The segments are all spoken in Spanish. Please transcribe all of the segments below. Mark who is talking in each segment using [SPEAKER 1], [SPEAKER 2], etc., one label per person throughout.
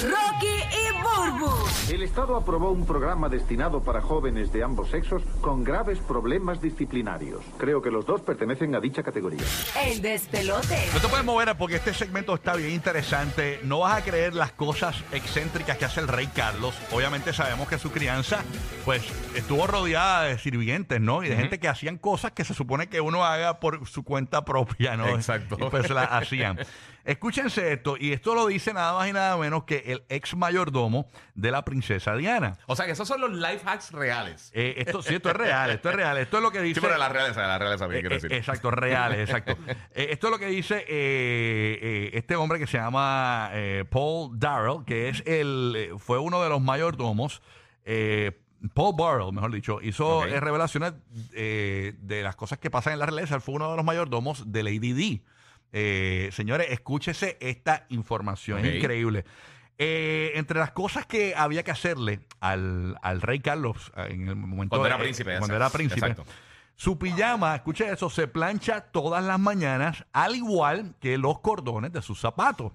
[SPEAKER 1] Rocky y Burbu.
[SPEAKER 2] El Estado aprobó un programa destinado para jóvenes de ambos sexos con graves problemas disciplinarios. Creo que los dos pertenecen a dicha categoría.
[SPEAKER 1] El despelote.
[SPEAKER 3] No te puedes mover porque este segmento está bien interesante. No vas a creer las cosas excéntricas que hace el rey Carlos. Obviamente sabemos que su crianza, pues, estuvo rodeada de sirvientes, ¿no? Y de gente que hacían cosas que se supone que uno haga por su cuenta propia, ¿no?
[SPEAKER 4] Exacto.
[SPEAKER 3] Y pues la hacían. Escúchense esto, y esto lo dice nada más y nada menos que el ex mayordomo de la princesa Diana.
[SPEAKER 4] O sea que esos son los life hacks reales.
[SPEAKER 3] Eh, esto sí, esto es real, esto es real, esto es lo que dice.
[SPEAKER 4] Sí, pero de la realeza, de la realeza,
[SPEAKER 3] Eh,
[SPEAKER 4] bien quiero
[SPEAKER 3] eh,
[SPEAKER 4] decir.
[SPEAKER 3] Exacto, reales, exacto. Eh, esto es lo que dice eh, eh, este hombre que se llama eh, Paul Darrell, que es el eh, fue uno de los mayordomos. eh, Paul Darrell, mejor dicho, hizo
[SPEAKER 4] Ok.
[SPEAKER 3] eh, revelaciones eh, de las cosas que pasan en la realeza. Él fue uno de los mayordomos de Lady D. Eh, señores, escúchese esta información.
[SPEAKER 4] Ok.
[SPEAKER 3] Es increíble. Eh, entre las cosas que había que hacerle al, al rey Carlos eh, en el momento
[SPEAKER 4] Cuando era
[SPEAKER 3] eh,
[SPEAKER 4] príncipe,
[SPEAKER 3] cuando
[SPEAKER 4] exacto.
[SPEAKER 3] era príncipe,
[SPEAKER 4] Exacto.
[SPEAKER 3] su pijama, escucha eso, se plancha todas las mañanas, al igual que los cordones de sus zapatos.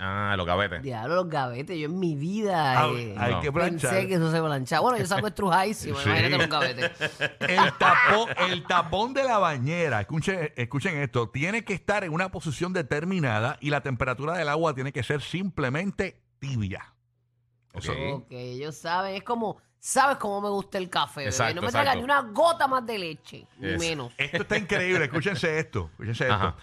[SPEAKER 4] Ah, los gavetes.
[SPEAKER 5] Diablo, los gavetes. Yo en mi vida
[SPEAKER 3] Ah,
[SPEAKER 5] eh,
[SPEAKER 3] hay
[SPEAKER 4] no.
[SPEAKER 3] que planchar.
[SPEAKER 5] pensé que eso se balanchaba. Bueno, yo saco estrujadísimo.
[SPEAKER 3] Sí.
[SPEAKER 5] Imagínate los gavetes.
[SPEAKER 3] El, tapón, el tapón de la bañera, escuchen, escuchen esto, tiene que estar en una posición determinada y la temperatura del agua tiene que ser simplemente tibia.
[SPEAKER 4] Ok.
[SPEAKER 5] ok, ellos saben. Es como, sabes cómo me gusta el café, bebé.
[SPEAKER 4] Exacto,
[SPEAKER 5] no me
[SPEAKER 4] exacto.
[SPEAKER 5] traigas ni una gota más de leche, ni
[SPEAKER 4] Es-
[SPEAKER 5] menos.
[SPEAKER 3] Esto está increíble, escúchense esto, escúchense esto.
[SPEAKER 4] Ajá.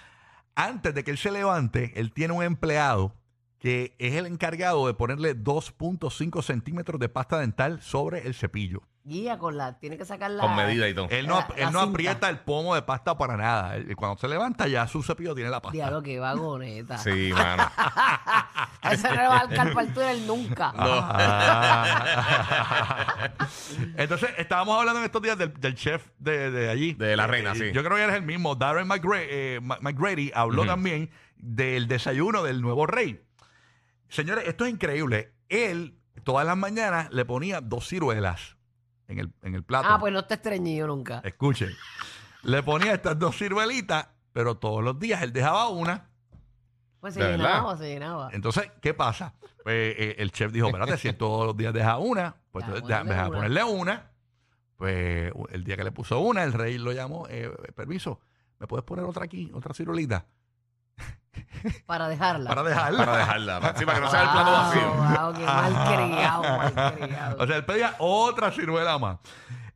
[SPEAKER 3] Antes de que él se levante, él tiene un empleado que es el encargado de ponerle 2.5 centímetros de pasta dental sobre el cepillo.
[SPEAKER 5] Guía con la, tiene que sacar la...
[SPEAKER 4] Con medida y todo.
[SPEAKER 3] Él no,
[SPEAKER 5] La-
[SPEAKER 3] él
[SPEAKER 5] la
[SPEAKER 3] no
[SPEAKER 5] cinta.
[SPEAKER 3] aprieta el pomo de pasta para nada. Él- cuando se levanta ya su cepillo tiene la pasta.
[SPEAKER 5] Diablo, qué vagoneta.
[SPEAKER 4] Sí, mano.
[SPEAKER 5] A ese no le va a alcanzar para el túnel nunca.
[SPEAKER 3] Ah. Entonces, estábamos hablando en estos días del, del chef de, de allí.
[SPEAKER 4] De la
[SPEAKER 3] Eh,
[SPEAKER 4] reina,
[SPEAKER 3] eh,
[SPEAKER 4] sí.
[SPEAKER 3] Yo creo que él es el mismo. Darren McGrady, McGrady habló también del desayuno del nuevo rey. Señores, esto es increíble. Él, todas las mañanas, le ponía dos ciruelas en el, en el plato.
[SPEAKER 5] Ah, pues no te estreñido nunca.
[SPEAKER 3] Escuchen. Le ponía estas dos ciruelitas, pero todos los días él dejaba una.
[SPEAKER 5] Pues se
[SPEAKER 4] ¿De verdad?
[SPEAKER 5] llenaba, se llenaba.
[SPEAKER 3] Entonces, ¿qué pasa? Pues eh, el chef dijo, espérate, si él todos los días deja una, pues
[SPEAKER 5] Ya,
[SPEAKER 3] entonces deja,
[SPEAKER 5] ponerle
[SPEAKER 3] deja
[SPEAKER 5] una.
[SPEAKER 3] ponerle una. Pues u- el día que le puso una, el rey lo llamó, eh, permiso, ¿me puedes poner otra aquí, otra cirulita?
[SPEAKER 5] Para dejarla.
[SPEAKER 3] Para dejarla. Ah.
[SPEAKER 4] Para dejarla. Sí, para que no sea el plato vacío.
[SPEAKER 5] Oh, Wow, qué malcriado, malcriado.
[SPEAKER 3] o sea, él pedía otra ciruela más.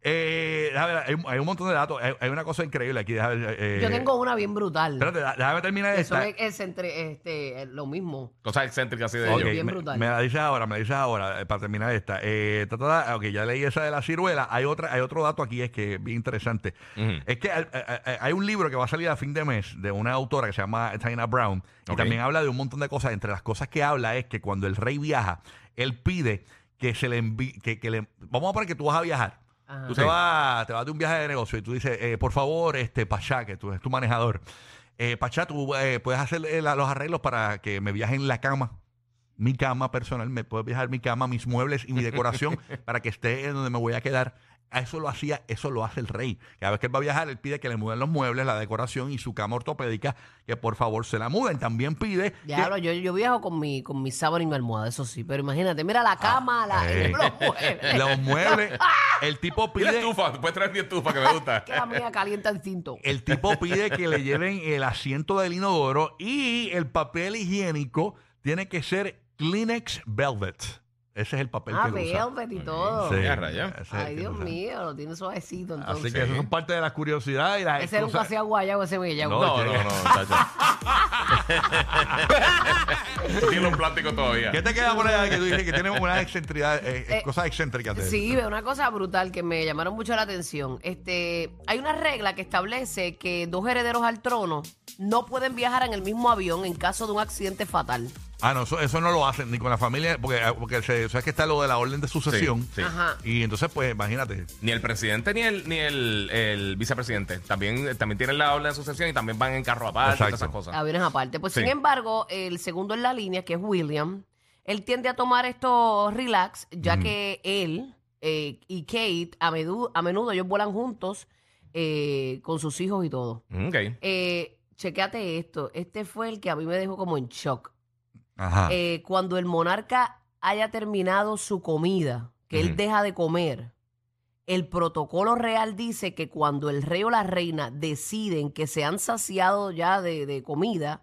[SPEAKER 3] Eh, a ver, hay, un- hay un montón de datos. Hay, hay una cosa increíble aquí. déjame, eh,
[SPEAKER 5] Yo tengo una bien brutal.
[SPEAKER 3] Espérate, da- déjame terminar
[SPEAKER 5] que
[SPEAKER 3] esta.
[SPEAKER 5] son es entre este, eh, lo mismo.
[SPEAKER 4] Cosas excéntricas así de
[SPEAKER 3] Ok,
[SPEAKER 5] Bien
[SPEAKER 4] ellos.
[SPEAKER 3] me,
[SPEAKER 5] brutal.
[SPEAKER 3] me la dices ahora, me la dices ahora, eh, para terminar esta. Eh, ta, ta, ta, ok, ya leí esa de la ciruela. Hay otra, hay otro dato aquí, es que es bien interesante.
[SPEAKER 4] Ujú.
[SPEAKER 3] Es que hay, hay- hay un libro que va a salir a fin de mes de una autora que se llama Tina Brown. Y
[SPEAKER 4] Ok.
[SPEAKER 3] también habla de un montón de cosas. Entre las cosas que habla es que cuando el rey viaja, él pide que se le envíe, que, que le... Vamos a poner que tú vas a viajar.
[SPEAKER 5] Ajá.
[SPEAKER 3] Tú te,
[SPEAKER 4] Sí.
[SPEAKER 3] vas, te vas de un viaje de negocio y tú dices, eh, por favor, este Pachá, que tú es tu manejador. Eh, Pachá, tú eh, puedes hacer eh, la- los arreglos para que me viaje en la cama. Mi cama personal, me puedes viajar mi cama, mis muebles y mi decoración para que esté en donde me voy a quedar. A Eso lo hacía, eso lo hace el rey. Cada vez que él va a viajar, él pide que le muden los muebles, la decoración y su cama ortopédica, que por favor se la muden. También pide. que-
[SPEAKER 5] Diablo, yo, yo viajo con mi, con mi sábado y mi almohada, eso sí. Pero imagínate, mira la cama, la,
[SPEAKER 3] eh.
[SPEAKER 5] los muebles.
[SPEAKER 3] los muebles. El tipo
[SPEAKER 4] Y la
[SPEAKER 3] pide.
[SPEAKER 4] estufa. Tú puedes traer mi estufa que me gusta.
[SPEAKER 5] que la mía calienta el cinto.
[SPEAKER 3] El tipo pide que le lleven el asiento del inodoro y el papel higiénico tiene que ser Kleenex Velvet. Ese es el papel
[SPEAKER 5] Ah,
[SPEAKER 3] que él usa.
[SPEAKER 5] velvet y todo.
[SPEAKER 3] Sí,
[SPEAKER 4] Ya, raya.
[SPEAKER 3] ese es el
[SPEAKER 5] Ay,
[SPEAKER 3] que
[SPEAKER 5] Dios
[SPEAKER 3] usa.
[SPEAKER 5] mío, lo tiene suavecito
[SPEAKER 3] Así
[SPEAKER 5] entonces.
[SPEAKER 3] que eso son parte de las curiosidades y las
[SPEAKER 5] Ese nunca
[SPEAKER 3] excusas.
[SPEAKER 5] se ha guayado, ese mellao.
[SPEAKER 3] No,
[SPEAKER 4] No, no, no, muchacho. Tú tienes un plástico todavía.
[SPEAKER 3] ¿Qué te queda por ahí que tú dices que tiene unas excentricidades, eh, eh,
[SPEAKER 5] Eh,
[SPEAKER 3] cosas excéntricas? de él?
[SPEAKER 5] Sí, ve una cosa brutal que me llamaron mucho la atención. Este, hay una regla que establece que dos herederos al trono no pueden viajar en el mismo avión en caso de un accidente fatal.
[SPEAKER 3] Ah, no, eso, eso no lo hacen ni con la familia, porque, ah, porque se, sabes que está lo de la orden de sucesión.
[SPEAKER 4] Sí.
[SPEAKER 5] Ajá.
[SPEAKER 3] Y entonces, pues, imagínate.
[SPEAKER 4] Ni el presidente ni el, ni el, el vicepresidente. También, también tienen la orden de sucesión y también van en carro aparte,
[SPEAKER 3] Exacto.
[SPEAKER 4] todas esas cosas.
[SPEAKER 5] Aviones aparte. Pues
[SPEAKER 4] Sí.
[SPEAKER 5] sin embargo, el segundo en la línea, que es William, él tiende a tomar esto relax, ya que él eh, y Kate a, medu- a menudo ellos vuelan juntos eh, con sus hijos y todo.
[SPEAKER 4] Mm, Ok.
[SPEAKER 5] Eh, chequéate esto. Este fue el que a mí me dejó como en shock.
[SPEAKER 3] Ajá.
[SPEAKER 5] eh, cuando el monarca haya terminado su comida, que él
[SPEAKER 4] Ujú.
[SPEAKER 5] deja de comer, el protocolo real dice que cuando el rey o la reina deciden que se han saciado ya de, de comida,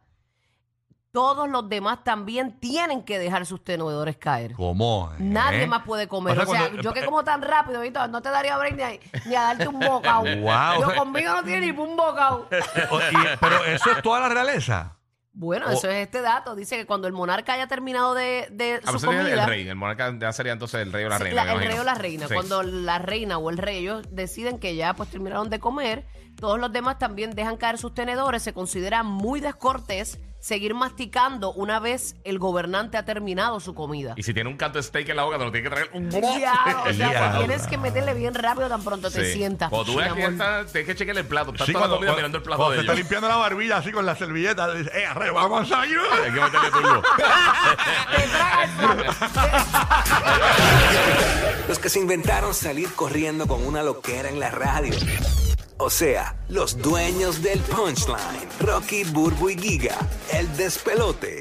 [SPEAKER 5] todos los demás también tienen que dejar sus tenedores caer.
[SPEAKER 3] ¿Cómo? eh?
[SPEAKER 5] Nadie más puede comer.
[SPEAKER 3] O sea,
[SPEAKER 5] O sea,
[SPEAKER 3] cuando- eh,
[SPEAKER 5] yo que como tan rápido, Víctor, no te daría break ni a, ni a darte un bocado.
[SPEAKER 3] Wow.
[SPEAKER 5] Yo conmigo no tiene ni un bocado.
[SPEAKER 3] O- y- pero eso es toda la realeza.
[SPEAKER 5] Bueno,
[SPEAKER 3] O-
[SPEAKER 5] eso es este dato. Dice que cuando el monarca haya terminado de, de su
[SPEAKER 4] A veces Ah, el,
[SPEAKER 5] comida...
[SPEAKER 4] el rey, el monarca ya sería entonces el rey o la
[SPEAKER 5] Sí, la-
[SPEAKER 4] reina. me
[SPEAKER 5] el rey
[SPEAKER 4] imagino.
[SPEAKER 5] o la reina.
[SPEAKER 4] Sí.
[SPEAKER 5] Cuando la reina o el rey ellos deciden que ya pues terminaron de comer, todos los demás también dejan caer sus tenedores. Se considera muy descortés seguir masticando una vez el gobernante ha terminado su comida.
[SPEAKER 4] Y si tiene un canto de steak en la boca, te lo tiene que traer.
[SPEAKER 5] Ya, o sea,
[SPEAKER 3] Ya.
[SPEAKER 5] que tienes que meterle bien rápido tan pronto te sientas.
[SPEAKER 4] O tú ves
[SPEAKER 5] mi
[SPEAKER 4] que ya
[SPEAKER 5] amor.
[SPEAKER 4] está, tienes que chequear el plato. Está
[SPEAKER 3] Sí,
[SPEAKER 4] toda la comida mirando el plato
[SPEAKER 3] cuando
[SPEAKER 4] de
[SPEAKER 3] se está
[SPEAKER 4] ellos.
[SPEAKER 3] limpiando la barbilla así con la servilleta, dice, ¡eh, arre, vamos a ayudar!
[SPEAKER 4] Hay que meterle turbo.
[SPEAKER 5] Te traga el plato.
[SPEAKER 6] Los que se inventaron salir corriendo con una loquera en la radio. O sea, los dueños del punchline. Rocky, Burbu y Giga. El despelote.